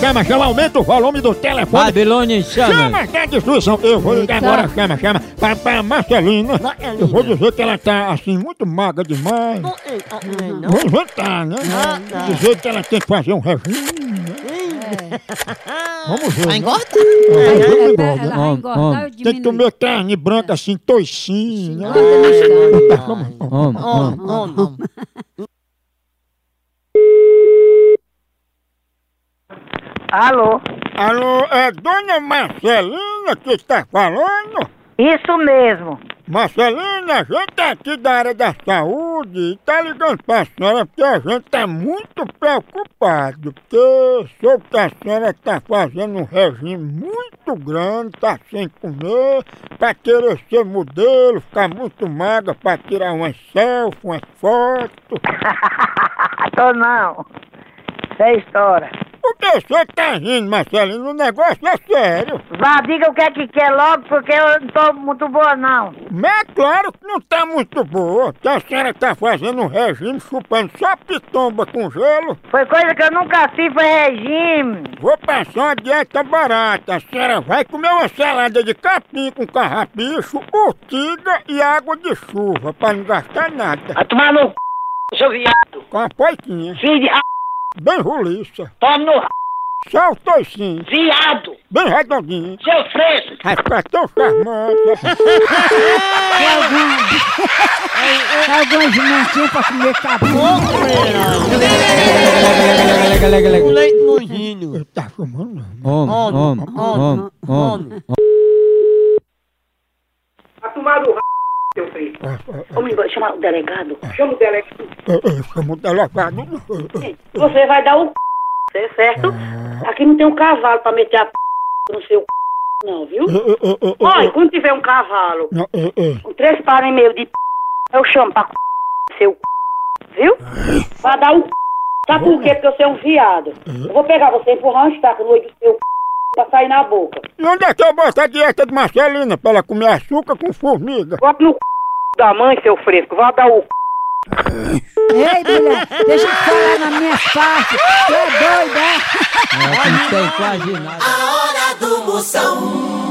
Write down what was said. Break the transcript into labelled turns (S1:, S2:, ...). S1: chama, chama, aumenta o volume do telefone.
S2: Babilônia insana.
S1: Chama, tá destruição. Eu vou ligar
S3: Eita.
S1: agora, chama, chama. Pra, pra Marcelina. Eu vou dizer que ela tá assim, muito magra demais.
S3: então.
S1: Vou inventar, né? Dizer que ela tem que fazer um regime. né?
S3: É.
S1: Vamos ver.
S4: Vai
S1: Né?
S4: engorda?
S1: Vamos ver,
S3: Ela,
S1: engorda.
S3: ela Tá vai
S2: Homem,
S3: engordar
S2: homem.
S3: ou
S1: Tem que comer
S3: diminuir?
S1: carne branca assim, toicinho, né?
S2: Homem,
S4: Homem,
S2: homem.
S4: homem.
S5: Alô?
S1: Alô, é Dona Marcelina que está falando?
S5: Isso mesmo.
S1: Marcelina, a gente é aqui da área da saúde e tá ligando pra senhora porque a gente tá muito preocupado porque soube que a senhora tá fazendo um regime muito grande, tá sem comer, pra querer ser modelo, ficar muito magra pra tirar umas selfies, umas fotos.
S5: Ah, Tô não. Isso é história.
S1: O que você tá rindo, Marcelina? O negócio é sério.
S5: Vá, diga o que é que quer logo, porque eu não tô muito boa, não.
S1: Mas é claro que não tá muito boa, que a senhora tá fazendo um regime chupando só pitomba com gelo.
S5: Foi coisa que eu nunca fiz, foi regime.
S1: Vou passar uma dieta barata. A senhora vai comer uma salada de capim com carrapicho, urtiga e água de chuva, pra não gastar nada.
S5: A tomar no c... seu viado.
S1: Com a poiquinha,
S5: Filho de r...
S1: bem roliça.
S5: Toma no r...
S1: Só o toicinho,
S5: viado.
S1: bem redondinho.
S5: Seu fresco.
S1: Vai ficar tão charmosa.
S3: Dá algumas mantinhas pra comer cabelo.
S2: Lega, lega, lega.
S4: Com leite monjinho.
S1: Eu tá fumando? não.
S2: Homem, homem, homem, homem.
S6: A tomar o r... seu filho. Vamos embora, chamar o delegado. Chama o delegado.
S1: Eu, eu sou muito elevado. Eu- eu-
S6: Você vai dar o c... cê, certo? Aqui não tem um cavalo pra meter a p... no seu c... não, viu?
S1: eu- eu- eu- eu- eu-
S6: Olha, quando tiver um cavalo
S1: Não, é, eu- eu-
S6: com três pares e meio de p... eu chamo pra c... seu c... viu? Vai dar o c... Sabe por quê? Porque você é um viado. Eu vou pegar você e empurrar um estaca no olho do seu c... pra sair na boca.
S1: E onde é que eu boto a dieta de Marcelina pra ela comer açúcar com formiga?
S6: Bota no c... da mãe, seu fresco. Vai dar o c...
S3: Ei, mulher, deixa eu falar na minha parte. Tu é doida, é?
S2: Não tem quase nada.
S7: A hora do Moção.